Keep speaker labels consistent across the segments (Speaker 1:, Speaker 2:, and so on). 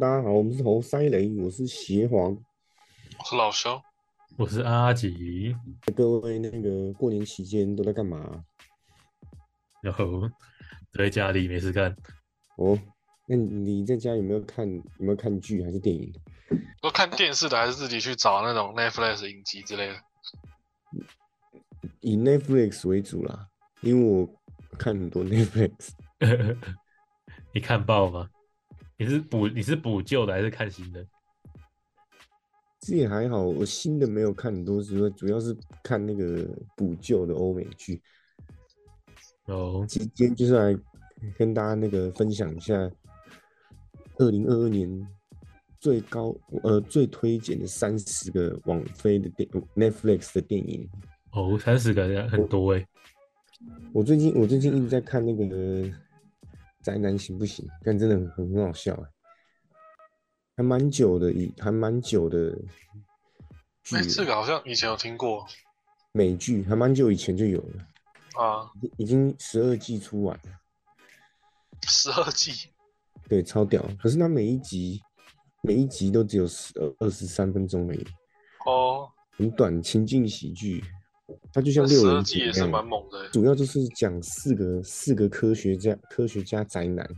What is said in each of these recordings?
Speaker 1: 大家好，我们是猴塞雷，我是邪皇。
Speaker 2: 我是老肖，
Speaker 3: 我是阿吉，
Speaker 1: 各位那个过年期间都在干嘛？
Speaker 3: 然后在家里没事干，
Speaker 1: 哦，那你在家有没有看有没有看剧还是电影？
Speaker 2: 都看电视的还是自己去找那种 Netflix 影集之类的？
Speaker 1: 以 Netflix 为主啦，因为我看很多 Netflix。
Speaker 3: 你看报吗？你是补你是补旧的还是看新的？
Speaker 1: 这也还好，我新的没有看很多，主要主要是看那个补救的欧美剧。
Speaker 3: 哦，
Speaker 1: 今今天就是来跟大家那个分享一下，二零二二年最高呃最推荐的三十个网飞的电 Netflix 的电影。
Speaker 3: 哦，三十个人很多哎、
Speaker 1: 我最近我最近一直在看那个《宅男行不行》，但真的很很很好笑欸，还蛮久的，以还蛮久的剧
Speaker 2: 哎、
Speaker 1: 了，
Speaker 2: 这个好像以前有听过
Speaker 1: 美剧还蛮久以前就有了，
Speaker 2: 啊，
Speaker 1: 已已经十二季出完了，
Speaker 2: 十二季
Speaker 1: 对，超屌。可是它每一集每一集都只有十二二十三分钟而已，
Speaker 2: 哦，
Speaker 1: 很短，情境喜剧，它就像
Speaker 2: 这十
Speaker 1: 六
Speaker 2: 二
Speaker 1: 人
Speaker 2: 季
Speaker 1: 组
Speaker 2: 也
Speaker 1: 一
Speaker 2: 是
Speaker 1: 样
Speaker 2: 蛮，猛的欸
Speaker 1: 主要就是讲四个四个科学家科学家宅男。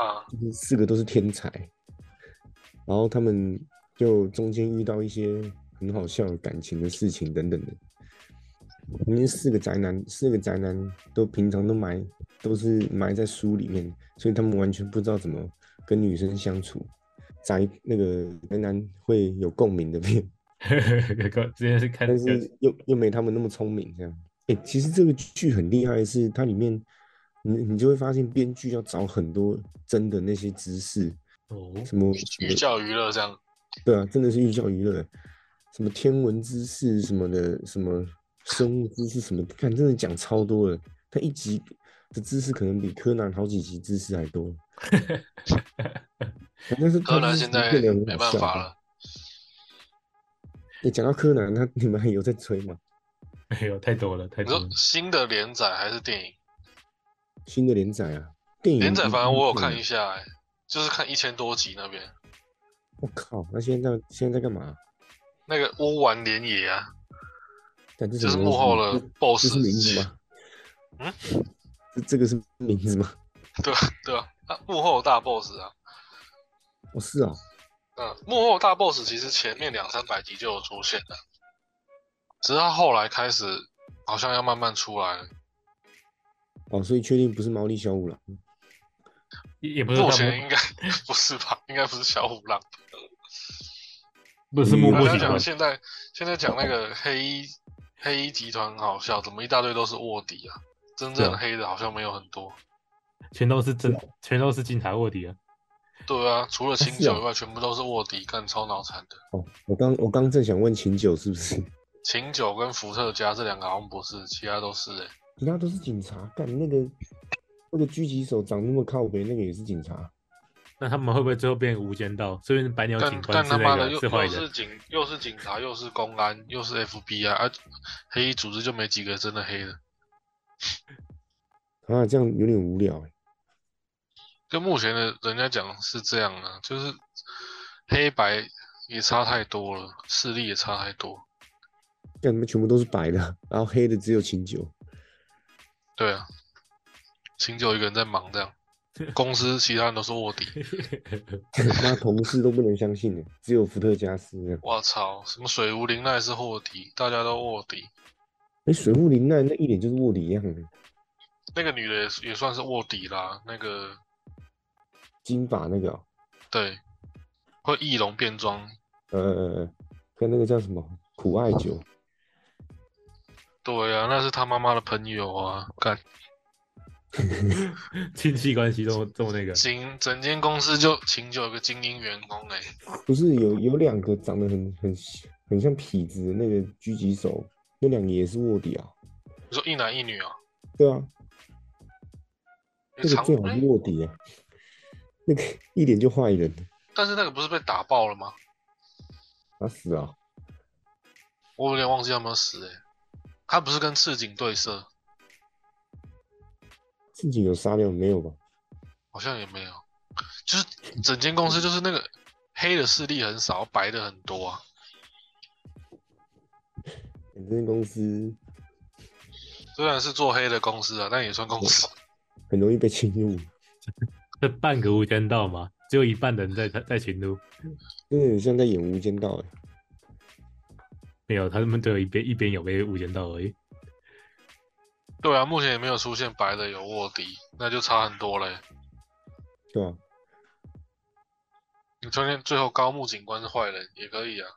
Speaker 2: 啊，
Speaker 1: 就是四个都是天才，然后他们就中间遇到一些很好笑的感情的事情等等的。因为四个宅男，四个宅男都平常都埋都是埋在书里面，所以他们完全不知道怎么跟女生相处。宅那个宅男会有共鸣的片，
Speaker 3: 欸，个之前是看
Speaker 1: 但
Speaker 3: 那个
Speaker 1: 是又又没他们那么聪明，这样。哎、其实这个剧很厉害的是，它里面你你就会发现编剧要找很多真的那些知识，
Speaker 3: 哦，
Speaker 1: 什么什
Speaker 2: 寓
Speaker 1: 么
Speaker 2: 教于乐这样，
Speaker 1: 对啊，真的是寓教于乐，什么天文知识什么的，什么生物知识什么的，看真的讲超多的。他一集的知识可能比柯南好几集知识还 多。但是他
Speaker 2: 柯南
Speaker 1: 就是
Speaker 2: 现在
Speaker 1: 变得很
Speaker 2: 没
Speaker 1: 好
Speaker 2: 办
Speaker 1: 笑
Speaker 2: 法。了，
Speaker 1: 你讲到柯南，他你们还有在追吗？
Speaker 3: 没有太多了，太
Speaker 2: 你
Speaker 3: 多
Speaker 2: 说
Speaker 3: 了。
Speaker 2: 新的连载还是电影？
Speaker 1: 新的连载啊，电影
Speaker 2: 连
Speaker 1: 已
Speaker 2: 载反
Speaker 1: 经
Speaker 2: 正我有
Speaker 1: 出
Speaker 2: 看
Speaker 1: 了
Speaker 2: 一下、哎，就是看一千多集那边
Speaker 1: 我靠，那现在现在在干嘛？
Speaker 2: 那个乌丸连野啊，
Speaker 1: 但这
Speaker 2: 就
Speaker 1: 什
Speaker 2: 是
Speaker 1: 么
Speaker 2: 幕
Speaker 1: 东西
Speaker 2: 后的
Speaker 1: 这
Speaker 2: BOSS
Speaker 1: 这是名字吗？
Speaker 2: 嗯，
Speaker 1: 这这个是名字吗？
Speaker 2: 对啊，啊幕后大 BOSS 啊，
Speaker 1: 哦，是哦，
Speaker 2: 嗯，幕后大 boss 其实前面两三百集就有出现了，只是他后来开始好像要慢慢出来了。
Speaker 1: 哦，所以确定不是毛利小五郎。
Speaker 3: 也也不是
Speaker 2: 目
Speaker 3: 他
Speaker 2: 前
Speaker 3: 们，
Speaker 2: 应该不是吧？应该不是小五郎。
Speaker 3: 不是幕
Speaker 2: 我
Speaker 3: 后
Speaker 2: 刚
Speaker 3: 警
Speaker 2: 讲
Speaker 3: 官，
Speaker 2: 现在现在讲那个黑衣黑衣集团很好笑，怎么一大堆都是卧底啊？真
Speaker 1: 对啊
Speaker 2: 正黑的好像没有很多。
Speaker 3: 全都是真，全都是警察卧底啊。
Speaker 2: 对啊，除了清
Speaker 1: 是啊
Speaker 2: 酒以外，全部都是卧底，干超脑残的。
Speaker 1: 哦，我刚我刚正想问秦九是不是，
Speaker 2: 清酒跟伏特加这两个好像不是，其他都是哎、
Speaker 1: 其他都是警察，干那个那个狙击手长那么靠北，那个也是警察。
Speaker 3: 那他们会不会最后变无间道？所以白鸟警
Speaker 2: 但
Speaker 3: 官
Speaker 2: 但
Speaker 3: 是
Speaker 2: 他妈
Speaker 3: 那
Speaker 2: 的
Speaker 3: 个
Speaker 2: 又
Speaker 3: 是坏
Speaker 2: 又
Speaker 3: 人
Speaker 2: 是，警又是警察又是公安又是 FBI 啊，黑衣组织就没几个真的黑的。
Speaker 1: 啊，这样有点无聊哎。
Speaker 2: 跟目前的人家讲是这样啊，就是黑白也差太多了，势力也差太多。
Speaker 1: 干他们全部都是白的，然后黑的只有秦九。
Speaker 2: 对啊，秦九一个人在忙这 样，公司其他人都是卧底。
Speaker 1: 那同事都不能相信的，欸只有伏特加是这样。
Speaker 2: 我操，什么水无灵奈是卧底，大家都卧底。
Speaker 1: 哎、水户林奈那一脸就是卧底一样欸的，
Speaker 2: 那个女的也是也算是卧底啦，那个
Speaker 1: 金发那个哦、
Speaker 2: 对，会易容变装，
Speaker 1: 呃呃呃，跟那个叫什么苦艾酒，
Speaker 2: 对啊，那是他妈妈的朋友啊，干。
Speaker 3: 亲戚关系这么这么那个。
Speaker 2: 行，整间公司就请九个精英员工哎、
Speaker 1: 不是有有两个长得很很很像痞子的那个狙击手，那两个也是卧底啊。
Speaker 2: 你说一男一女啊？
Speaker 1: 对啊，
Speaker 2: 有
Speaker 1: 那个
Speaker 2: 长
Speaker 1: 最好
Speaker 2: 哎
Speaker 1: 是卧底啊，那个一脸就坏人，
Speaker 2: 但是那个不是被打爆了吗？
Speaker 1: 打死啊！
Speaker 2: 我有点忘记有没有死哎、他不是跟赤井对射，
Speaker 1: 自己有杀掉没有吧？
Speaker 2: 好像也没有。就是整间公司就是那个黑的势力很少，白的很多啊。
Speaker 1: 你这间公司
Speaker 2: 虽然是做黑的公司啊，但也算公司。
Speaker 1: 很容易被侵入，
Speaker 3: 这半个无间道嘛，只有一半人在在群撸，
Speaker 1: 真的很像在演《无间道》哎。
Speaker 3: 没有，他们只有一边一边有被无间道而已。
Speaker 2: 对啊，目前也没有出现白的有卧底，那就差很多嘞。
Speaker 1: 对吧？
Speaker 2: 你昨天最后高木警官是坏人也可以啊，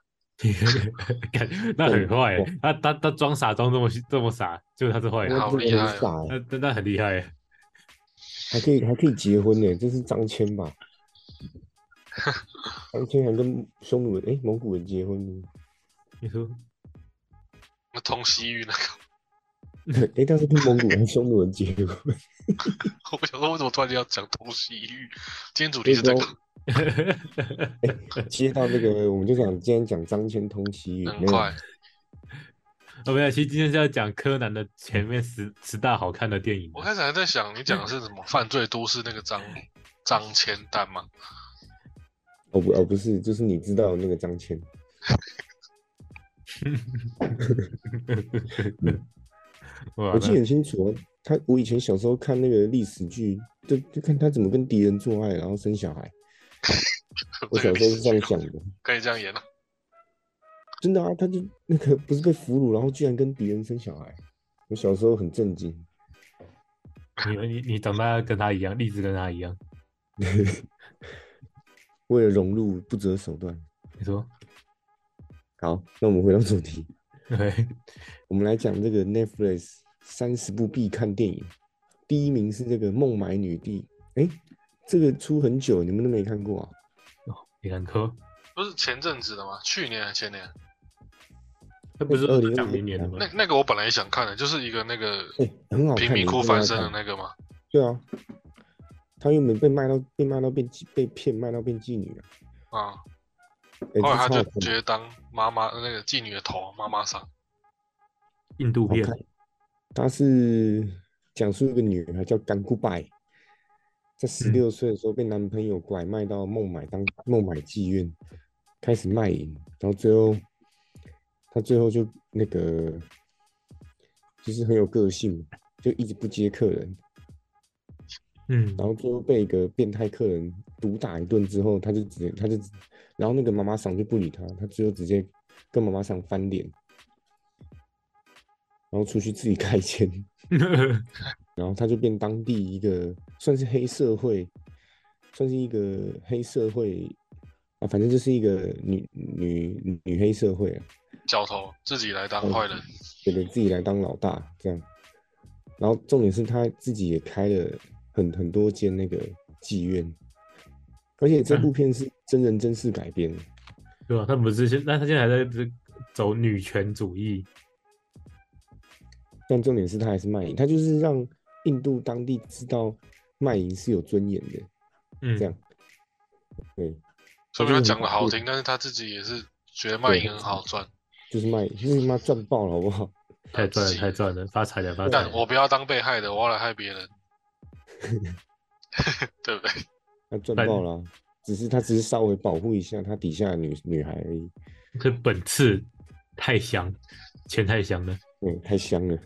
Speaker 3: 干那很坏欸，他他他装傻装这么这么傻，就他是坏人
Speaker 2: 哎好，
Speaker 1: 这个
Speaker 2: 厉害哦
Speaker 1: 很傻欸，
Speaker 3: 那那那很厉害欸。
Speaker 1: 还可以还可以结婚呢，这是张骞 吧？张骞还跟匈奴人哎蒙古人结婚呢，
Speaker 3: 你说
Speaker 2: 那通西域那个，
Speaker 1: 哎，但是跟蒙古人、 匈奴人结婚，
Speaker 2: 我想说为什么突然间要讲通西域？今天主
Speaker 1: 所以
Speaker 2: 题是这
Speaker 1: 说
Speaker 2: 个，
Speaker 1: 接到这个，我们就想今天讲张骞通西域，
Speaker 2: 很
Speaker 1: 没有
Speaker 2: 快。
Speaker 3: 哦，没有，其实今天是要讲柯南的前面十十大好看的电影啊。
Speaker 2: 我开始还在想，你讲的是什么？犯罪都市那个张张千蛋吗？
Speaker 1: 哦不哦不是，就是你知道的那个张骞，
Speaker 3: 哇
Speaker 1: 我记得
Speaker 3: 那
Speaker 1: 很清楚哦。他我以前小时候看那个历史剧，就就看他怎么跟敌人做爱，然后生小孩。我小时候是这样想的，
Speaker 2: 可以这样演了、啊
Speaker 1: 真的啊，他就那个不是被俘虏，然后居然跟敌人生小孩。我小时候很震惊，
Speaker 3: 你你你长大要跟他一样，励志跟他一样。
Speaker 1: 为了融入不择手段。
Speaker 3: 你说
Speaker 1: 好，那我们回到主题，
Speaker 3: 对？
Speaker 1: 我们来讲这个 Netflix 三十部必看电影，第一名是这个《孟买女帝》。哎，这个出很久，你们都没看过啊？
Speaker 3: 你看柯，
Speaker 2: 不是前阵子的吗？去年还前年？
Speaker 3: 他不是
Speaker 1: 那是2020
Speaker 3: 讲明年的吗
Speaker 2: 那？那个我本来也想看的，就是一个那个
Speaker 1: 哎，很好看，
Speaker 2: 贫民窟
Speaker 1: 你真的要
Speaker 2: 翻身的
Speaker 1: 看
Speaker 2: 那个嘛。
Speaker 1: 对啊，她原本被卖到被卖到变妓被骗卖到变妓女啊，
Speaker 2: 啊，
Speaker 1: 哎、
Speaker 2: 后来他
Speaker 1: 这超
Speaker 2: 就
Speaker 1: 好看
Speaker 2: 直接当妈妈那个妓女的头妈妈桑，
Speaker 3: 印度
Speaker 1: 好
Speaker 3: 片
Speaker 1: 看。她是讲述一个女孩叫甘古拜，在十
Speaker 2: 嗯
Speaker 1: 六岁的时候被男朋友拐卖到孟买当孟买妓院，开始卖淫，然后最后她最后就那个就是很有个性，就一直不接客人，
Speaker 3: 嗯，
Speaker 1: 然后最后被一个变态客人毒打一顿之后，他就直接他就直，然后那个妈妈桑就不理他，他最后直接跟妈妈桑翻脸，然后出去自己开间，然后他就变当地一个算是黑社会，算是一个黑社会啊，反正就是一个女女女黑社会啊，
Speaker 2: 角头自己来
Speaker 3: 哦
Speaker 2: 当坏人，
Speaker 1: 觉得自己来当老大这样。然后重点是他自己也开了很很多间那个妓院，而且这部片是真人真事改编的，
Speaker 3: 对啊吧？他不是现，那他现在还在不是走女权主义？
Speaker 1: 但重点是他还是卖淫，他就是让印度当地知道卖淫是有尊严的，
Speaker 3: 嗯
Speaker 1: 这，样。对，
Speaker 2: 说明他讲的好听，但是他自己也是觉得卖淫很好赚。
Speaker 1: 就是卖，就是他妈赚爆了，好不好？
Speaker 3: 太赚了，太赚了，发财了，发财
Speaker 2: 但
Speaker 3: 了！
Speaker 2: 我不要当被害的，我要来害别 人，对不对？
Speaker 1: 他赚
Speaker 3: 但
Speaker 1: 爆了啊、只是他只是稍微保护一下他底下的女女孩而已。
Speaker 3: 这本次太香，钱太香了。
Speaker 1: 对，嗯太香了。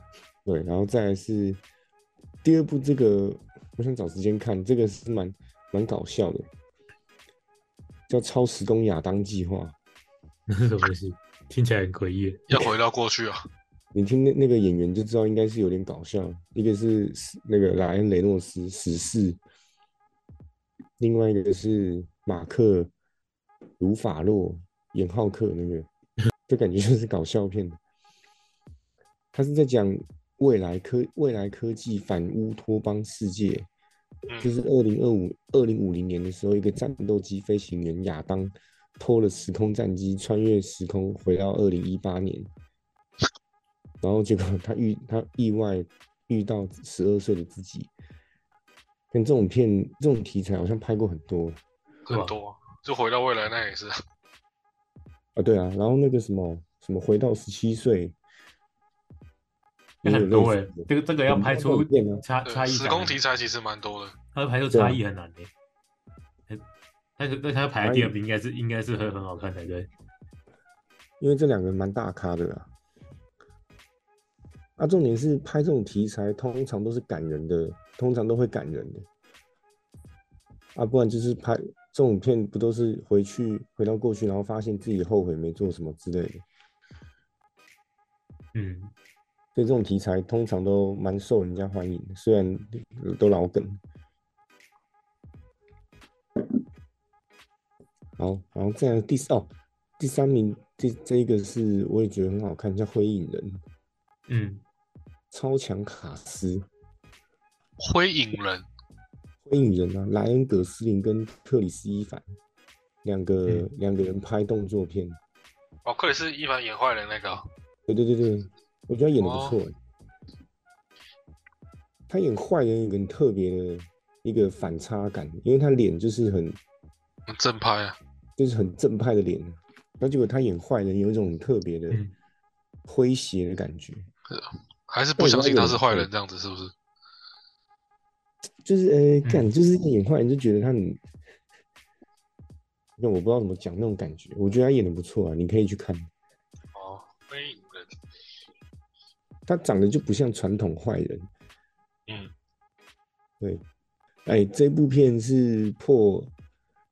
Speaker 1: 对，然后再来是第二部，这个我想找时间看，这个是蛮蛮搞笑的，叫《超时空亚当计划》。
Speaker 3: 那是什么东西？听起来很诡异。
Speaker 2: 要回到过 去啊，
Speaker 1: 你听那那个演员就知道，应该是有点搞笑。一个是史那个莱恩·雷诺斯史四，另外一个是马克·鲁法洛演浩克那个，就感觉就是搞笑片。他是在讲未来科未来科技反乌托邦世界，就
Speaker 2: 嗯，
Speaker 1: 是二零二五二零五零年的时候，一个战斗机飞行员亚当偷了时空战机，穿越时空回到二零一八年，然后结果他遇他意外遇到十二岁的自己。但这种片这种题材好像拍过很多
Speaker 2: 很多啊就回到未来那也是，
Speaker 1: 啊，对啊，然后那个什么什么回到十七岁，也
Speaker 3: 那
Speaker 1: 有
Speaker 3: 很
Speaker 1: 类
Speaker 3: 多哎、
Speaker 1: 似的
Speaker 3: 这个这个要
Speaker 1: 很
Speaker 3: 拍
Speaker 1: 多
Speaker 3: 出
Speaker 1: 影片啊
Speaker 3: 差差
Speaker 2: 对，
Speaker 3: 异
Speaker 2: 时
Speaker 3: 感
Speaker 2: 空
Speaker 3: 欸，
Speaker 2: 题材其实蛮多的，
Speaker 3: 它要拍出
Speaker 1: 对啊
Speaker 3: 欸差异很难的、但是但他排在第二名，应该是应该是会很好看才对。
Speaker 1: 因为这两个蛮大咖的啦。啊，重点是拍这种题材通常都是感人的，通常都会感人的。啊，不然就是拍这种片，不都是回去回到过去，然后发现自己后悔没做什么之类的。
Speaker 3: 嗯，
Speaker 1: 所以这种题材通常都蛮受人家欢迎的，虽然呃都老梗。好，然后再来第四哦，第三名这这一个是我也觉得很好看，叫《灰影人》，
Speaker 3: 嗯，
Speaker 1: 超强卡斯，
Speaker 2: 灰影人
Speaker 1: 灰影人啊，莱恩·葛斯林跟克里斯·伊凡两个、
Speaker 3: 嗯
Speaker 1: 两个人拍动作片，
Speaker 2: 哦，克里斯一凡演坏人那个哦、
Speaker 1: 对对对对，我觉得他演的
Speaker 3: 哦
Speaker 1: 不错欸、他演坏人有个很特别的一个反差感，因为他脸就是很
Speaker 2: 很正派啊，
Speaker 1: 就是很正派的脸，然后结果他演坏人有一种很特别的
Speaker 3: 嗯
Speaker 1: 诙谐的感觉，
Speaker 2: 还是
Speaker 3: 哎
Speaker 2: 不相信他是坏人这样子，是不是？
Speaker 1: 就是呃，
Speaker 3: 嗯
Speaker 1: 干、就是演坏人就觉得他很，那我不知道怎么讲那种感觉，我觉得他演的不错啊，你可以去看，
Speaker 2: 哦，灰影人，
Speaker 1: 他长得就不像传统坏人，
Speaker 2: 嗯，
Speaker 1: 对，哎，这部片是破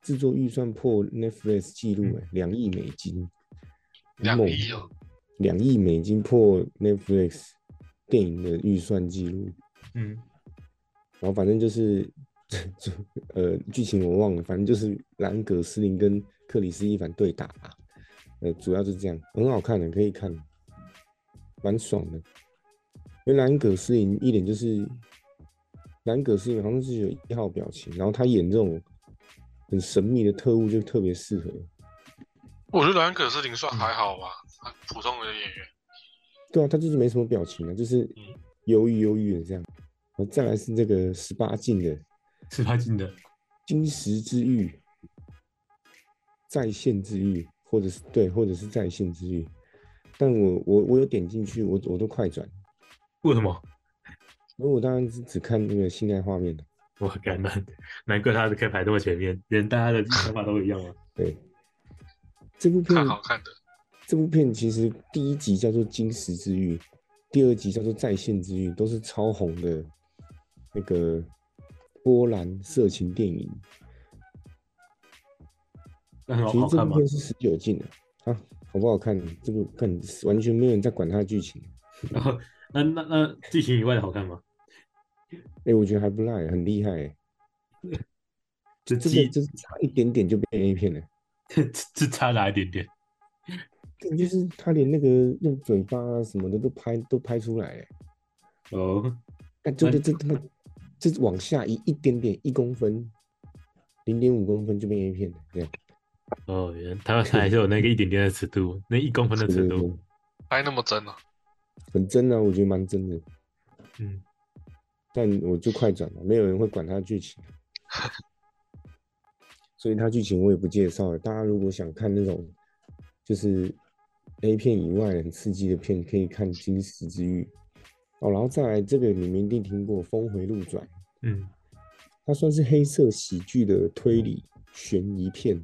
Speaker 1: 制作预算破 Netflix 记录、哎、两亿美金，
Speaker 2: 嗯两
Speaker 1: 猛
Speaker 2: 亿哦，
Speaker 1: 两亿美金破 Netflix 电影的预算记录，
Speaker 3: 嗯，
Speaker 1: 然后反正就是， 就呃，剧情我忘了，反正就是莱恩·葛斯林跟克里斯·伊凡对打吧，呃，主要是这样，很好看的，可以看，蛮爽的。因为莱恩·葛斯林一脸就是，莱恩·葛斯林好像是有一号表情，然后他演这种很神秘的特务就特别适合。
Speaker 2: 我觉得莱恩·葛斯林
Speaker 3: 嗯
Speaker 2: 算还好吧，他普通的演员。
Speaker 1: 对啊，他就是没什么表情啊，就是犹豫犹豫的这样。然后再来是这个十八禁的，
Speaker 3: 十八禁的，
Speaker 1: 金石之玉、在线之玉，或者是对，或者是在线之玉。但我我我有点进去，我我都快转，
Speaker 3: 为什么？
Speaker 1: 因为我当然是只看那个性爱画面的。
Speaker 3: 我感难难怪他可以排这么前面，连大家的想法都一样啊。
Speaker 1: 对，这部
Speaker 3: 嗯
Speaker 1: 片
Speaker 2: 看好看的，
Speaker 1: 这部片其实第一集叫做《金石之玉》，第二集叫做《在线之玉》，都是超红的那个波兰色情电影。
Speaker 3: 那很好
Speaker 1: 其实
Speaker 3: 好
Speaker 1: 这
Speaker 3: 看
Speaker 1: 部
Speaker 3: 吗？
Speaker 1: 片是十九禁的啊，好不好看？这个看完全没有人在管它的剧情。
Speaker 3: 然后那那那剧情以外的好看吗？
Speaker 1: 哎、我觉得还不赖，很厉害、欸。
Speaker 3: 这
Speaker 1: 这
Speaker 3: 鸡
Speaker 1: 个就是差一点点就变 A 片了，
Speaker 3: 这这差哪一点点？
Speaker 1: 对，就是他连那个用嘴巴啊什么的都拍都拍出来、欸。
Speaker 3: 哦，
Speaker 1: 但这
Speaker 3: 那
Speaker 1: 这这他妈，这往下一一点点一公分，零点五公分就变 A 片了，这样。
Speaker 3: 哦，原来台湾还是有那个一点点的尺度，那一公分的
Speaker 1: 对
Speaker 3: 尺
Speaker 1: 对对
Speaker 3: 度。
Speaker 2: 拍那么真哦，
Speaker 1: 很真啊，我觉得蛮真的。
Speaker 3: 嗯，
Speaker 1: 但我就快转了，没有人会管它的剧情， 所以它剧情我也不介绍了。大家如果想看那种就是 A 片以外很刺激的片，可以看《金石之玉》哦，然后再来这个你们一定听过《峰回路转》，
Speaker 3: 嗯，
Speaker 1: 它算是黑色喜剧的推理悬疑片。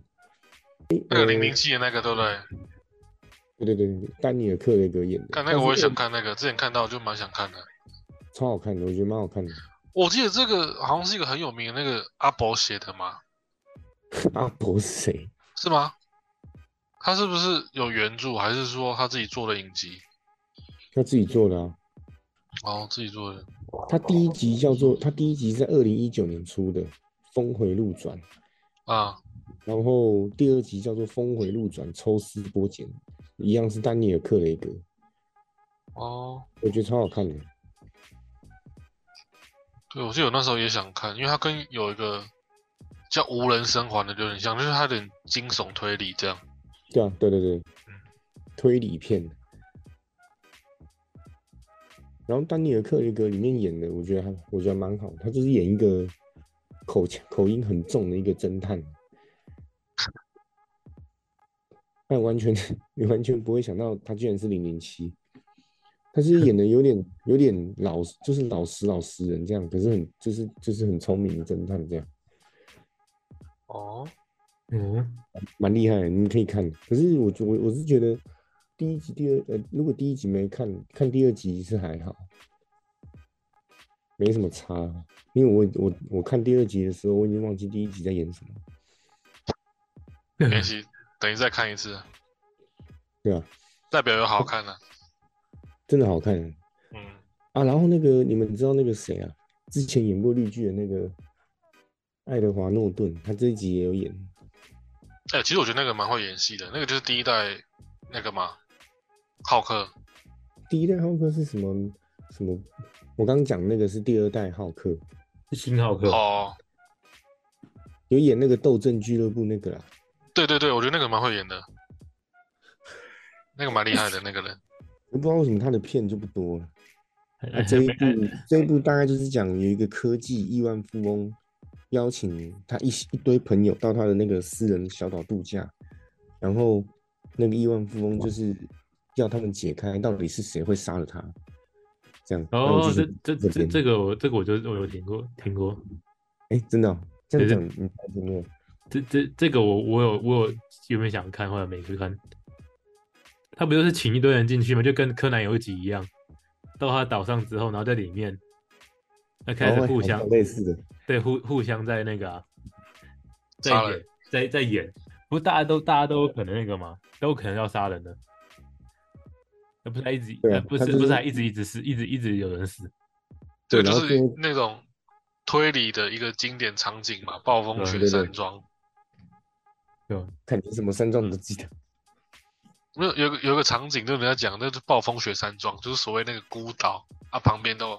Speaker 2: 那个零零七的那个对不对？
Speaker 1: 对对对对，丹尼尔·克雷格演的，
Speaker 2: 看那个我也
Speaker 1: 但是
Speaker 2: 想看那个，之前看到就蛮想看的。
Speaker 1: 超好看的，我觉得蛮好看的。
Speaker 2: 我记得这个好像是一个很有名的那个阿伯写的嘛，
Speaker 1: 阿伯是谁？
Speaker 2: 是吗？他是不是有原著，还是说他自己做的影集？
Speaker 1: 他自己做的啊。
Speaker 2: 哦，自己做的。
Speaker 1: 他第一集叫做，他第一集是在二零一九年出的《峰回路转》，
Speaker 2: 啊，
Speaker 1: 然后第二集叫做《峰回路转：抽丝剥茧》，一样是丹尼尔·克雷格，
Speaker 2: 哦，
Speaker 1: 我觉得超好看的。
Speaker 2: 对，我记得我那时候也想看，因为他跟有一个叫《无人生还》的有点像，就是他有点惊悚推理这样。
Speaker 1: 对啊，对对对，推理片。然后丹尼尔·克雷格里面演的，我觉得还我觉得蛮好，他就是演一个口腔口音很重的一个侦探，但完全 你完全不会想到他居然是零零七，他是演的有点有点老，就是老实老实人这样，可是很就是就是很聪明的侦探这样。
Speaker 2: 哦，
Speaker 3: 嗯，
Speaker 1: 蛮厉害的，你们可以看。可是我我我是觉得第一集、第二呃，如果第一集没看，看第二集是还好，没什么差。啊因为我我我看第二集的时候，我已经忘记第一集在演什么了，
Speaker 2: 也许等于再看一次，
Speaker 1: 对啊，
Speaker 2: 代表有好看的、
Speaker 1: 真的好看
Speaker 2: 嗯，
Speaker 1: 啊。然后那个你们知道那个谁啊，之前演过绿巨的那个爱德华诺顿，他这一集也有演，
Speaker 2: 哎、其实我觉得那个蛮会演戏的，那个就是第一代那个嘛，浩克，
Speaker 1: 第一代浩克是什么什么？我刚讲那个是第二代浩克，
Speaker 3: 是新浩克，
Speaker 2: 哦，
Speaker 1: 有演那个斗争俱乐部那个啦。
Speaker 2: 对对对，我觉得那个蛮会演的，那个蛮厉害的那 个人，
Speaker 1: 我不知道为什么他的片就不多了。
Speaker 3: 还
Speaker 1: 啊、
Speaker 3: 还
Speaker 1: 这一
Speaker 3: 呃没
Speaker 1: 部这一部大概就是讲有一个科技亿万富翁邀请他一一堆朋友到他的那个私人小岛度假，然后那个亿万富翁就是要他们解开到底是谁会杀了他，这样。然后
Speaker 3: 哦，
Speaker 1: 就是
Speaker 3: 这这这
Speaker 1: 边
Speaker 3: 这个我这个我就我有听过听过，
Speaker 1: 哎、真的哦、这样
Speaker 3: 对
Speaker 1: 讲你还听没有？
Speaker 3: 这这这个我我有我有原本想看，后来没去看。他不就是请一堆人进去吗？就跟柯南有一集一样，到他岛上之后，然后在里面，那开始
Speaker 1: 哦
Speaker 3: 互
Speaker 1: 好
Speaker 3: 相、
Speaker 1: 像类似的，
Speaker 3: 对互互相在那个、啊，在
Speaker 2: 杀
Speaker 3: 演
Speaker 2: 人
Speaker 3: 在在演，不是大家都大家都有可能那个嘛，都有可能要杀人的。那不是还一直，
Speaker 1: 对啊
Speaker 3: 呃不
Speaker 1: 他
Speaker 3: 是
Speaker 1: 就是
Speaker 3: 不是还一直一直死，一直一直有人死，
Speaker 1: 对
Speaker 2: 对，就
Speaker 1: 然后
Speaker 2: 是
Speaker 1: 最后
Speaker 2: 那种推理的一个经典场景嘛，暴风
Speaker 3: 对
Speaker 2: 雪
Speaker 1: 对对
Speaker 2: 山庄。
Speaker 3: 对吧？
Speaker 1: 看你什么山庄你都记
Speaker 3: 嗯
Speaker 1: 得。
Speaker 2: 没有有个有个场景，就是人家讲，那是暴风雪山庄，就是所谓那个孤岛啊，旁边都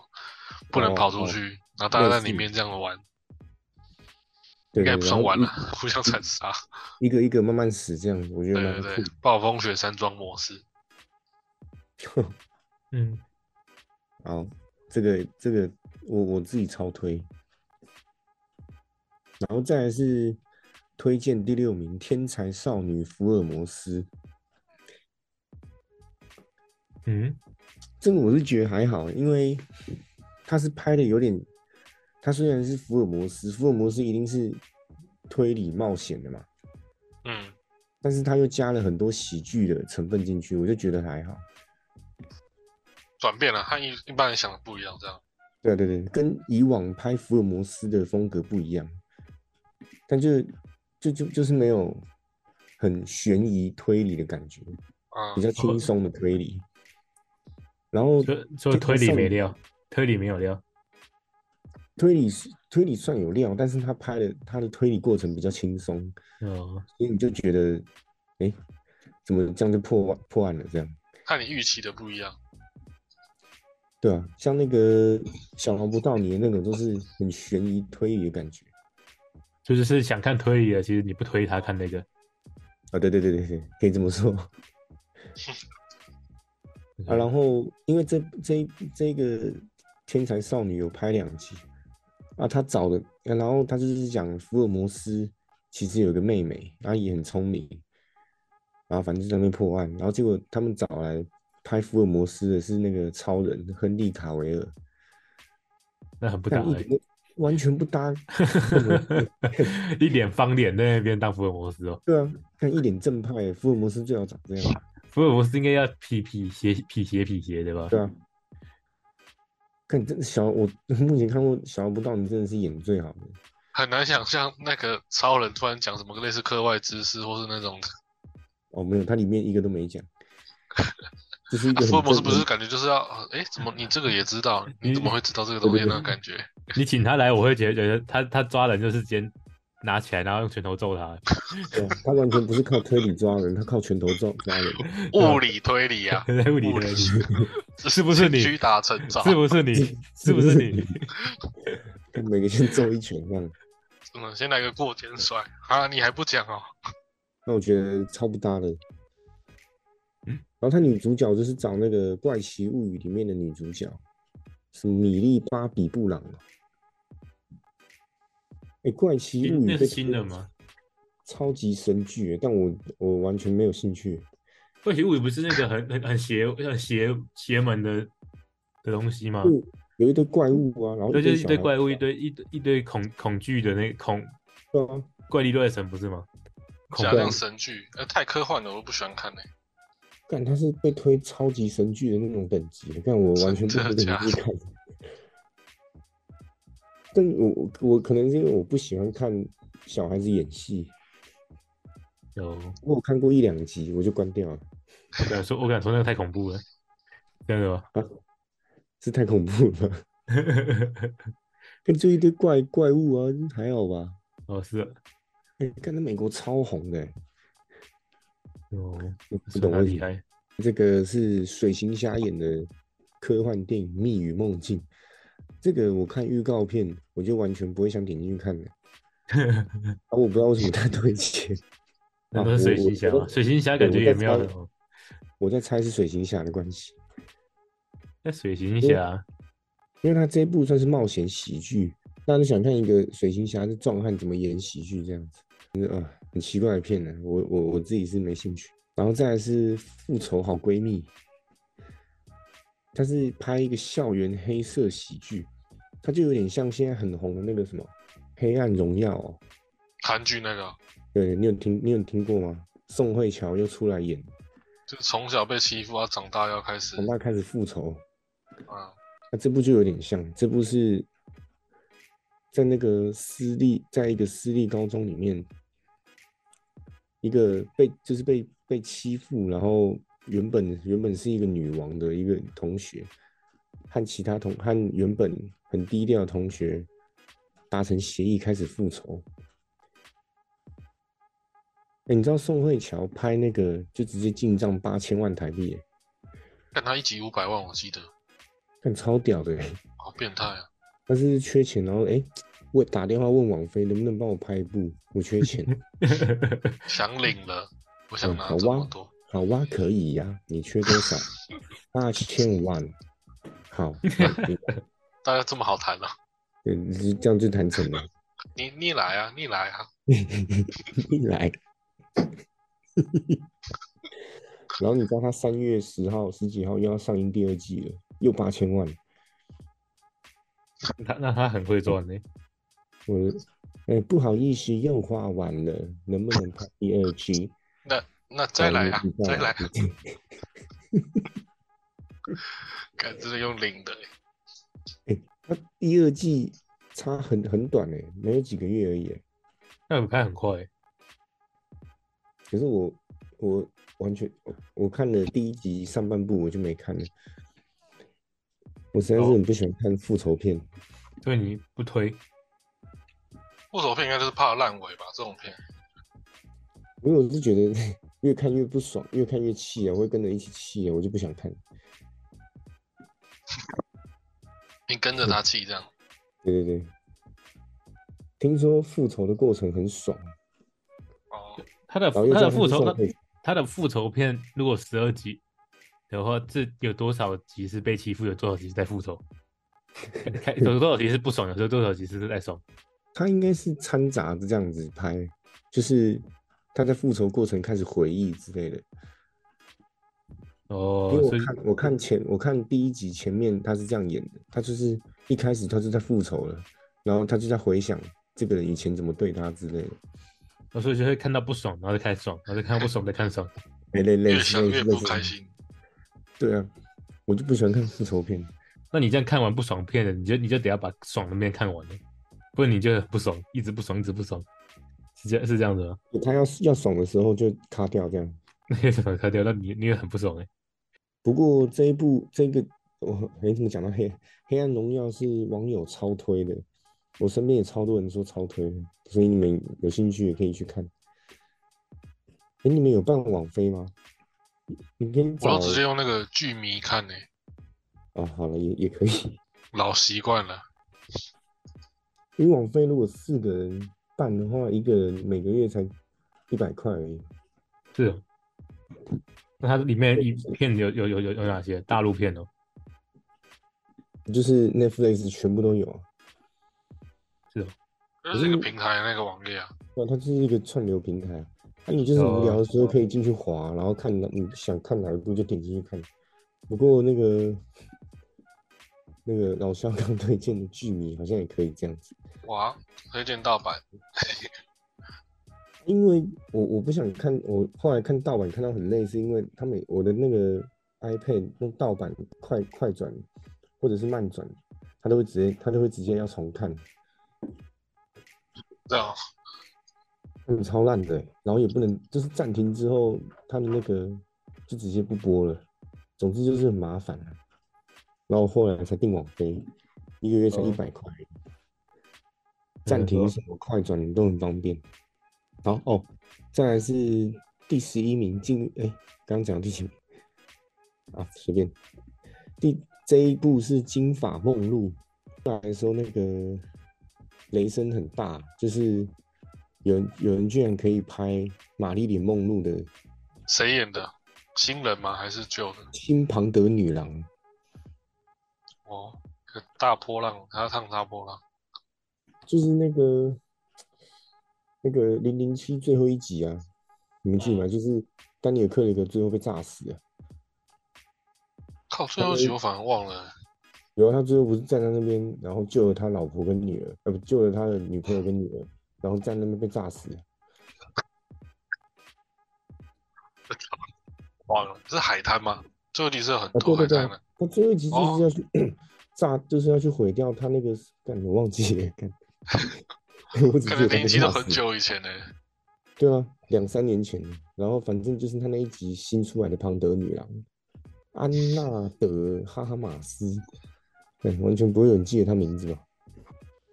Speaker 2: 不能
Speaker 1: 哦
Speaker 2: 跑出
Speaker 1: 哦
Speaker 2: 去，然后大家在
Speaker 1: 类
Speaker 2: 里
Speaker 1: 似
Speaker 2: 面这样玩，
Speaker 1: 对，
Speaker 2: 应该
Speaker 1: 对
Speaker 2: 不
Speaker 1: 然
Speaker 2: 算
Speaker 1: 后
Speaker 2: 玩
Speaker 1: 一
Speaker 2: 了，互相残杀。
Speaker 1: 一个一个慢慢死这样，我觉得
Speaker 2: 对
Speaker 1: 蛮
Speaker 2: 对
Speaker 1: 酷
Speaker 2: 对
Speaker 1: 的。，
Speaker 2: 暴风雪山庄模式，
Speaker 3: 嗯，
Speaker 1: 好，这个这个我我自己超推，然后再来是推荐第六名《天才少女福尔摩斯》，
Speaker 3: 嗯，
Speaker 1: 这个我是觉得还好，因为它是拍的有点，它虽然是福尔摩斯，福尔摩斯一定是推理冒险的嘛，
Speaker 2: 嗯，
Speaker 1: 但是它又加了很多喜剧的成分进去，我就觉得还好。
Speaker 2: 转变了，和一一般人想的不一样，这样。
Speaker 1: 对啊对对，跟以往拍福尔摩斯的风格不一样，但就就就就是没有很悬疑推理的感觉，
Speaker 2: 啊、
Speaker 1: 比较轻松的推理。然后
Speaker 3: 所以所以推理没料，推理没有料，
Speaker 1: 推理是推理算有料，但是他拍的他的推理过程比较轻松，
Speaker 3: 哦，
Speaker 1: 所以你就觉得，哎，怎么这样就破破案了这样？
Speaker 2: 和你预期的不一样。
Speaker 1: 对啊，像那个小龙不到你的那种，都是很悬疑推理的感觉。
Speaker 3: 就是是想看推理的，其实你不推他看那个，
Speaker 1: 啊，对对对对对，可以这么说。啊，然后因为这这一这个天才少女有拍两集，啊，她找的，然后她就是讲福尔摩斯其实有个妹妹，然后也很聪明，然后反正就在那边破案，然后结果他们找来拍福尔摩斯的是那个超人亨利卡维尔，
Speaker 3: 那很不搭
Speaker 1: 但一
Speaker 3: 欸
Speaker 1: 点都完全不搭，
Speaker 3: 一脸方脸在那边当福尔摩斯哦，
Speaker 1: 对啊，看一脸正派，福尔摩斯最好长这样，
Speaker 3: 福尔摩斯应该要痞痞斜痞斜痞斜对吧？
Speaker 1: 对啊。看，真的小我 目前看过小不到你真的是演最好的，
Speaker 2: 很难想象那个超人突然讲什么类似课外知识，或是那 种的。
Speaker 1: 哦，没有，它里面一个都没讲，只是一个
Speaker 2: 啊
Speaker 1: 很
Speaker 2: 福尔摩斯
Speaker 1: 正
Speaker 2: 不是
Speaker 1: 经
Speaker 2: 感觉就是要，哎，怎 么你这个也知道？你
Speaker 3: 你
Speaker 2: 怎么会知道这个东西
Speaker 1: 对对
Speaker 2: 呢？
Speaker 1: 对
Speaker 2: 感觉
Speaker 3: 你请他来，我会觉得觉得他他抓人就是直接拿起来，然后用拳头揍他，
Speaker 1: 对啊他完全不是靠推理抓人，他靠拳头抓抓人。
Speaker 2: 物理推理啊，
Speaker 3: 在 物理
Speaker 2: 物
Speaker 3: 的
Speaker 2: 理
Speaker 3: 是不是你
Speaker 2: 屈打成招？
Speaker 3: 是不是你？ 是不是你？
Speaker 1: 他每个先揍一拳这样，
Speaker 2: 嗯，先来个过肩摔啊！你还不讲哦？
Speaker 1: 那我觉得超不搭的。
Speaker 3: 嗯
Speaker 1: 然后他女主角就是找那个《怪奇物语》里面的女主角，什么米莉巴比布朗啊。哎，《怪奇物语》
Speaker 3: 那
Speaker 1: 被
Speaker 3: 是新的吗？
Speaker 1: 超级神剧耶，但我我完全没有兴趣。
Speaker 3: 怪奇物语不是那个很很很邪很邪邪门的的东西吗？
Speaker 1: 就有一堆怪物啊，然后
Speaker 3: 对，啊就是一
Speaker 1: 小
Speaker 3: 堆
Speaker 1: 孩
Speaker 3: 怪物，一堆一堆一堆恐恐惧的那恐
Speaker 1: 对啊，
Speaker 3: 怪力乱神不是吗？恐
Speaker 2: 假
Speaker 3: 怖
Speaker 1: 对
Speaker 2: 像神剧，呃，太科幻了，我都不喜欢看呢、欸
Speaker 1: 干他是被推超级神剧的那种等级，干我完全不
Speaker 2: 真的
Speaker 1: 会去
Speaker 2: 假的
Speaker 1: 看。但我我我可能是因为我不喜欢看小孩子演戏，
Speaker 3: 有，
Speaker 1: 我有看过一两集我就关掉了，
Speaker 3: 我敢啊说，我敢说那个太恐怖了，真的吗？
Speaker 1: 是啊太恐怖了 吧。看就一堆怪怪物啊，还好吧？
Speaker 3: 哦，是啊，
Speaker 1: 哎、看那美国超红的、欸，
Speaker 3: 哦，
Speaker 1: 你不
Speaker 3: 算
Speaker 1: 懂
Speaker 3: 他
Speaker 1: 为什
Speaker 3: 厉
Speaker 1: 么？
Speaker 3: 害，
Speaker 1: 这个是水行侠演的科幻电影《密与梦境》，这个我看预告片我就完全不会想点进去 看的。啊，我不知道为什么他推荐，
Speaker 3: 那
Speaker 1: 啊
Speaker 3: 都是水
Speaker 1: 我我
Speaker 3: 行侠
Speaker 1: 我
Speaker 3: 嘛，水行侠
Speaker 1: 对
Speaker 3: 感觉
Speaker 1: 我
Speaker 3: 也
Speaker 1: 在
Speaker 3: 没有
Speaker 1: 猜啊
Speaker 3: 很好。
Speaker 1: 我在猜是水行侠的关系，
Speaker 3: 那水行
Speaker 1: 因为
Speaker 3: 侠，
Speaker 1: 因为他这一部算是冒险喜剧，大家都想看一个水行侠是壮汉怎么演喜剧这样子，真的啊、很奇怪的片呢、我我我自己是没兴趣。然后再来是复仇好闺蜜，她是拍一个校园黑色喜剧，它就有点像现在很红的那个什么《黑暗荣耀》哦，
Speaker 2: 韩剧那个啊
Speaker 1: 对你有听你有听过吗？宋慧乔又出来演，
Speaker 2: 就是从小被欺负，啊，长大要开始
Speaker 1: 从大开始复仇，
Speaker 2: 啊，
Speaker 1: 那这部就有点像，这部是在那个私立，在一个私立高中里面，一个被就是被被欺负，然后原本原本是一个女王的一个同学，和其他同和原本很低调的同学达成协议，开始复仇。哎、你知道宋慧乔拍那个就直接进账八千万台币耶，
Speaker 2: 看他一集五百万，我记得，
Speaker 1: 看超屌的耶。欸
Speaker 2: 好变态啊！
Speaker 1: 他是缺钱，然后哎，我打电话问王菲能不能帮我拍一部，我缺钱，
Speaker 2: 想领了，我想
Speaker 1: 嗯
Speaker 2: 拿
Speaker 1: 好
Speaker 2: 这么
Speaker 1: 哇
Speaker 2: 多，
Speaker 1: 好哇，可以呀、你缺多少？八千万，好，
Speaker 2: 大家这么好谈啊，
Speaker 1: 嗯，就这样就谈成了。
Speaker 2: 你你来啊，你来啊，
Speaker 1: 一来，然后你知道他三月十号、十几号又要上映第二季了，又八千万，
Speaker 3: 他那他很会赚呢。
Speaker 1: 我的，哎，不好意思，又花完了，能不能拍第二季？
Speaker 2: 那那 再来啊，再来啊，看这是用领的欸、
Speaker 1: 他第二季差很很短哎、没有几个月而已欸、
Speaker 3: 那你拍很快欸，
Speaker 1: 可是我我完全我我看了第一集上半部我就没看了，我实在是
Speaker 3: 哦
Speaker 1: 很不喜欢看复仇片，
Speaker 3: 所以你不推，
Speaker 2: 复仇片应该就是怕烂尾吧？这种片
Speaker 1: 因为我是觉得 越看越不爽，越看越气啊，我会跟着一起气啊，我就不想看。
Speaker 2: 你跟着他气这样，
Speaker 1: 对对对，听说复仇的过程很爽，嗯
Speaker 2: 哦，
Speaker 3: 他的
Speaker 1: 然后又
Speaker 3: 他
Speaker 1: 加
Speaker 3: 的
Speaker 1: 上
Speaker 3: 复仇，
Speaker 1: 宋
Speaker 3: 他
Speaker 1: 慧乔
Speaker 3: 他的复仇片如果十二集的话，这有多少集是被欺负，有多少集是在复仇？看有多少集是不爽，有时候多少集是在爽。
Speaker 1: 他应该是掺杂着这样子拍，就是他在复仇过程开始回忆之类的。
Speaker 3: 哦
Speaker 1: 因为，
Speaker 3: 所
Speaker 1: 我
Speaker 3: 以
Speaker 1: 看我看前我看第一集前面他是这样演的，他就是一开始他就在复仇了，然后他就在回想这个人以前怎么对他之类的，
Speaker 3: 我哦所以就会看到不爽，然后再看爽，然后再看到不爽，再看爽。
Speaker 1: 类类类
Speaker 2: 越
Speaker 1: 似
Speaker 2: 想
Speaker 1: 类
Speaker 2: 越
Speaker 1: 似类
Speaker 2: 不
Speaker 1: 似
Speaker 2: 开。心。
Speaker 1: 对啊，我就不喜欢看复仇片，
Speaker 3: 那你这样看完不爽片了，你就你就得要把爽的面看完了，不然你就不爽，一直不爽，一直不爽，是这样是这样子吗？
Speaker 1: 他要要爽的时候就卡掉这样。
Speaker 3: 那些什么看掉，那你你也很不爽哎、
Speaker 1: 不过这一部这个我没怎么讲到黑黑暗荣耀是网友超推的，我身边也超多人说超推的，所以你们有兴趣也可以去看。哎，你们有办网飞吗？你你可以
Speaker 2: 我
Speaker 1: 找
Speaker 2: 都直接用那个剧迷看呢、
Speaker 1: 哦，好了，也也可以。
Speaker 2: 老习惯了。
Speaker 1: 因为网费如果四个人办的话，一个人每个月才一百块而已。
Speaker 3: 是哦。那它里面一片有有有有有哪些大陆片哦？
Speaker 1: 就是 Netflix 全部都有啊，
Speaker 3: 是哦，
Speaker 2: 这
Speaker 1: 嗯
Speaker 2: 是一个平台的那个网页啊，
Speaker 1: 那它就是一个串流平台啊。那、你就是无聊的时候可以进去滑，然后看哪你想看哪一部就点进去看。不过那个那个老肖刚推荐的剧迷好像也可以这样子，
Speaker 2: 哇，推荐盗版，
Speaker 1: 因为我我不想看，我后来看盗版看到很累，是因为他们我的那个 iPad 用盗版快快转或者是慢转，他都会直接他都会直接要重看，
Speaker 2: 这样
Speaker 1: 嗯，超烂的欸，然后也不能就是暂停之后，他的那个就直接不播了，总之就是很麻烦啊。然后后来才订网飞，一个月才
Speaker 3: 哦
Speaker 1: 一百块，暂停什么快转都很方便。好哦，再来是第十一名进，哎，刚刚讲第几名啊？随便。第这一部是《金发梦露》，对我来说那个雷声很大，就是有人有人居然可以拍玛丽莲梦露的
Speaker 2: 谁演的？新人吗？还是旧的？
Speaker 1: 新庞德女郎，
Speaker 2: 哦，一个大波浪，他唱大波浪。
Speaker 1: 就是那个那个零零七最后一集啊，你们记得吗？就是丹尼尔·克雷格最后被炸死了，
Speaker 2: 靠，最后一集我反而忘了。
Speaker 1: 然后他最后不是站在那边，然后救了他老婆跟女儿，呃，不，救了他的女朋友跟女儿，然后站在那边被炸死了。
Speaker 2: 忘了是海滩吗？最后一集是有很
Speaker 1: 啊，对
Speaker 2: 多
Speaker 1: 对
Speaker 2: 海
Speaker 1: 对
Speaker 2: 滩的
Speaker 1: 啊，，他最后一集
Speaker 2: 哦
Speaker 1: 就是要去、炸，就是要去毁掉他那个，干我忘记了，干， 我只记
Speaker 2: 可
Speaker 1: 得
Speaker 2: 能
Speaker 1: 他
Speaker 2: 第一
Speaker 1: 被
Speaker 2: 集都
Speaker 1: 炸
Speaker 2: 很
Speaker 1: 死
Speaker 2: 久以前呢、
Speaker 1: 对啊，两三年前，然后反正就是他那一集新出来的庞德女郎，安娜德哈哈马斯，对，完全不会有人记得她名字吧？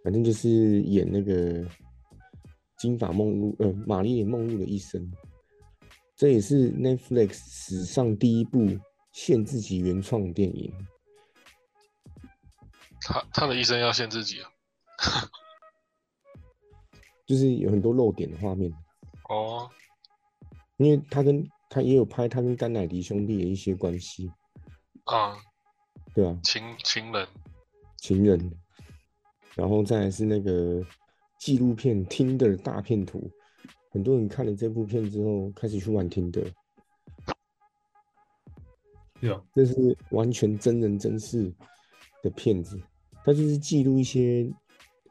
Speaker 1: 反正就是演那个金发梦露，呃，玛丽莲梦露的一生，这也是 Netflix 史上第一部限制级原创电影。
Speaker 2: 他他的一生要限自己啊。
Speaker 1: 就是有很多露点的画面，
Speaker 2: 哦，
Speaker 1: 因为他跟他也有拍他跟甘乃迪兄弟的一些关系，
Speaker 2: 啊、嗯，
Speaker 1: 对吧、啊？
Speaker 2: 情情人
Speaker 1: 情人，然后再来是那个纪录片《Tinder 大片图》，很多人看了这部片之后开始去玩 Tinder，
Speaker 3: 对吧？
Speaker 1: 这是哦完全真人真事的片子，它就是记录一些，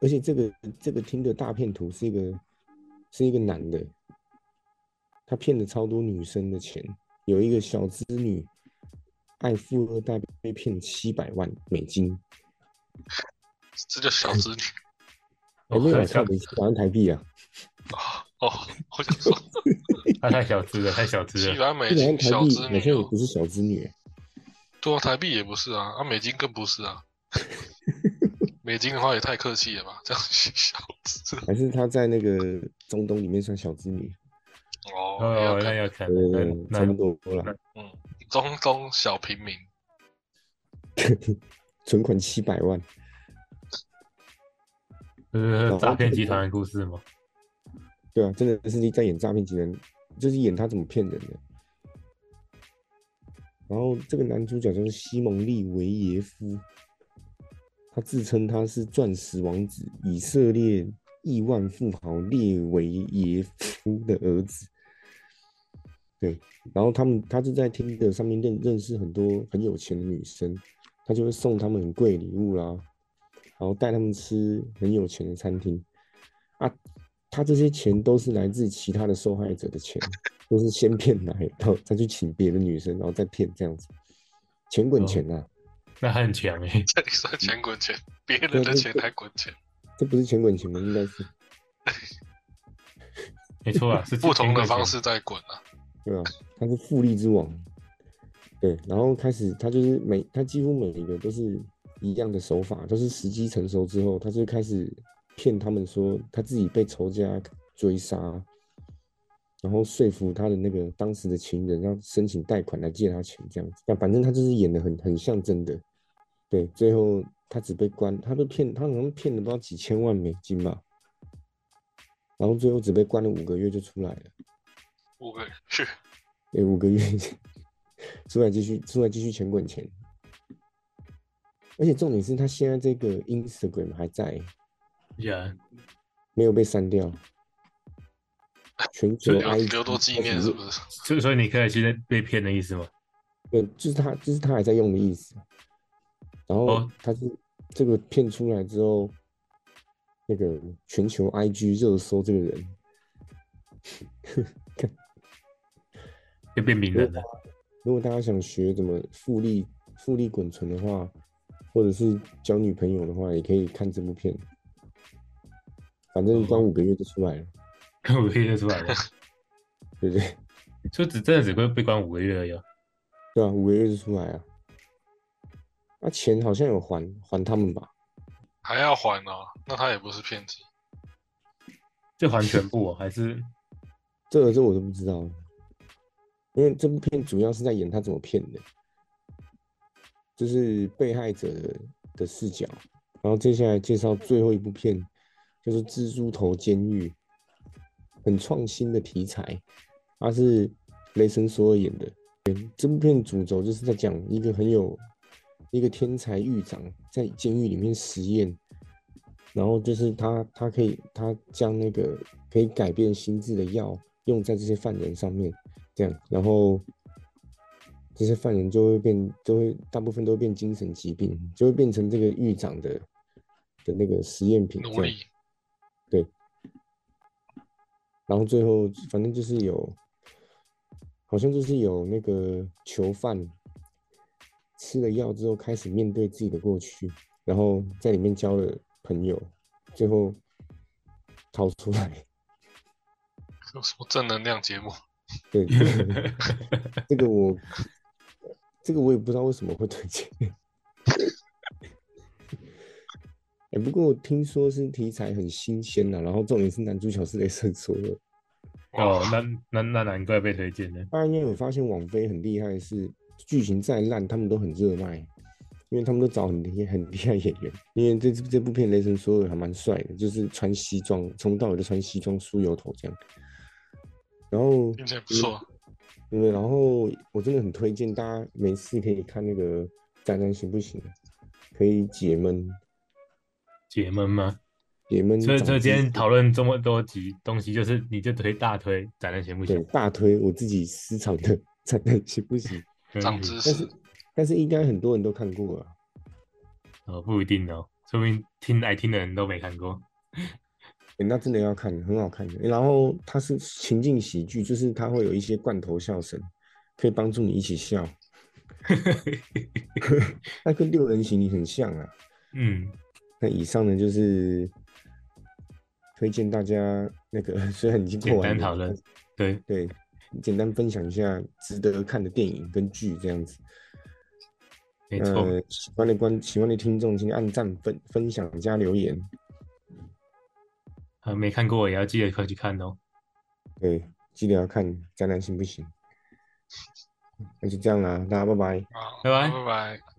Speaker 1: 而且这个这个听的大片图是一个是一个男的，他骗了超多女生的钱，有一个小资女爱富二代被骗七百万美金，
Speaker 2: 这叫
Speaker 1: 嗯
Speaker 2: 小子女
Speaker 1: 还
Speaker 3: 哦
Speaker 1: 没有
Speaker 3: 太
Speaker 1: 看
Speaker 3: 小
Speaker 1: 美七百万台币啊，
Speaker 2: 啊！哦，我想 说
Speaker 3: 他太小资了，太小资
Speaker 2: 七
Speaker 3: 了。
Speaker 2: 百美
Speaker 1: 七百万
Speaker 2: 金
Speaker 1: 台
Speaker 2: 小
Speaker 1: 币
Speaker 2: 子
Speaker 1: 好
Speaker 2: 女
Speaker 1: 像也
Speaker 2: 哦
Speaker 1: 不，是小资女欸、
Speaker 2: 对啊，台币也不是啊，啊，美金更不是啊。美金的话也太客气了吧，这样小子
Speaker 1: 还是他在那个中东里面算小资女，
Speaker 2: 哦，也有
Speaker 3: 哦，
Speaker 2: 可
Speaker 3: 那
Speaker 2: 能
Speaker 3: 要看，那
Speaker 1: 呃，差不
Speaker 3: 那
Speaker 1: 多啦
Speaker 3: 那，
Speaker 2: 嗯，中东小平民，
Speaker 1: 存款七百万。
Speaker 3: 呃诈骗集团的故事吗？
Speaker 1: 对啊，真的是在演诈骗集团，就是演他怎么骗人的。然后这个男主角就是西蒙利维耶夫，他自称他是钻石王子，以色列亿万富豪列维耶夫的儿子。对，然后他们他就在听的上面认认识很多很有钱的女生，他就会送他们很贵的礼物啦，然后带他们吃很有钱的餐厅，啊，他这些钱都是来自其他的受害者的钱，都是先骗来，然后再去请别的女生，然后再骗这样子，钱滚
Speaker 3: 哦
Speaker 1: 钱啊，
Speaker 3: 那他很强欸诶，
Speaker 2: 这里算钱滚钱，别人
Speaker 1: 对
Speaker 2: 的
Speaker 1: 对
Speaker 2: 钱
Speaker 1: 对
Speaker 2: 还滚钱，
Speaker 1: 这不是钱滚钱吗？应该是
Speaker 3: 没错啊，是
Speaker 2: 不同的
Speaker 3: 钱
Speaker 2: 方式在滚啊。
Speaker 1: 对啊，他是复利之王。对，然后开始他就是每他几乎每一个都是一样的手法，都是时机成熟之后，他就开始骗他们说他自己被仇家追杀，然后说服他的那个当时的情人要申请贷款来借他钱，这样子。但反正他就是演的很很像真的。对，最后他只被关，他被骗，他好像骗了不知道几千万美金吧，然后最后只被关了五个月就出来了。
Speaker 2: 五个是
Speaker 1: 哎、五个月出来继续出来继续钱滚钱，而且重点是他现在这个 Instagram 还在，
Speaker 3: 呀，
Speaker 1: 没有被删 掉。全球
Speaker 2: 留
Speaker 1: IG
Speaker 2: 留作纪念是不是？
Speaker 3: 所以所以你可以现在被骗的意思吗？
Speaker 1: 对，就是他，就是他还在用的意思。然后
Speaker 3: 哦
Speaker 1: 他是这个片出来之后，那个全球 IG 热搜这个人，
Speaker 3: 就变名人了。
Speaker 1: 如果大家想学怎么复利复利滚存的话，或者是交女朋友的话，也可以看这部片。反正关五个月就出来了，
Speaker 3: 关五个月就出来了，
Speaker 1: 对不对？
Speaker 3: 所以只真的只会被关五个月而已、啊。
Speaker 1: 对啊，五个月就出来啊。那、钱好像有还还他们吧？
Speaker 2: 还要还哦，那他也不是骗子。
Speaker 3: 就还全部、哦、还是
Speaker 1: 这个这我都不知道了，因为这部片主要是在演他怎么骗的，就是被害者的的视角。然后接下来介绍最后一部片，就是《蜘蛛头监狱》，很创新的题材，它是雷神索尔演的。嗯这部片主轴就是在讲一个很有一个天才狱长在监狱里面实验，然后就是他，他可以，他将那个可以改变心智的药用在这些犯人上面，这样，然后这些犯人就会变，就会大部分都会变精神疾病，就会变成这个狱长的的那个实验品这样。
Speaker 2: 奴隶，
Speaker 1: 然后最后反正就是有，好像就是有那个囚犯吃了药之后开始面对自己的过去，然后在里面交了朋友，最后逃出来。
Speaker 2: 有什么正能量节目？
Speaker 1: 对，这个这个我，这个我也不知道为什么会推荐。哎、不过我听说是题材很新鲜啊呐、然后重点是男主角是雷神索尔。
Speaker 3: 哦，那那那难怪被推荐呢。
Speaker 1: 大家应该有发现，网飞很厉害的是，剧情再烂，他们都很热卖，因为他们都找很厉很厉害演员。因为这这部片《雷神索尔》还蛮帅的，就是穿西装，从头到尾都穿西装梳油头这样。然后
Speaker 3: 嗯
Speaker 2: 听起来不错。
Speaker 1: 对，然后我真的很推荐大家没事可以看那个《宅男行不行》，可以解闷
Speaker 3: 解闷吗？
Speaker 1: 解闷
Speaker 3: 所
Speaker 1: 长知
Speaker 3: 以
Speaker 1: 识。
Speaker 3: 所以今天讨论这么多集东西，就是你就推大推展览行不
Speaker 1: 对
Speaker 3: 行？
Speaker 1: 大推我自己私藏的 《宅男行不行》，
Speaker 3: 没问
Speaker 2: 长
Speaker 3: 题
Speaker 2: 知
Speaker 1: 但是
Speaker 2: 识，
Speaker 1: 但是应该很多人都看过了、
Speaker 3: 哦，不一定哦，说不定听爱听的人都没看过。
Speaker 1: 欸那真的要看，很好看的。欸然后它是情境喜剧，就是它会有一些罐头笑声，可以帮助你一起笑。那跟六人行你很像啊。
Speaker 3: 嗯，
Speaker 1: 那以上呢就是推荐大家那个， 虽然已经过
Speaker 3: 简
Speaker 1: 完
Speaker 3: 单
Speaker 1: 了
Speaker 3: 讨论，对，
Speaker 1: 对，简单分享一下值得看的电影跟剧这样子。
Speaker 3: 没错，
Speaker 1: 呃，喜欢的观喜欢的听众，请按赞、分分享加留言。
Speaker 3: 啊，没看过也要记得快去看哦。
Speaker 1: 对，记得要看《宅男行不行》。那就这样啦，大家拜拜。
Speaker 2: 好
Speaker 3: 拜拜
Speaker 2: 拜拜。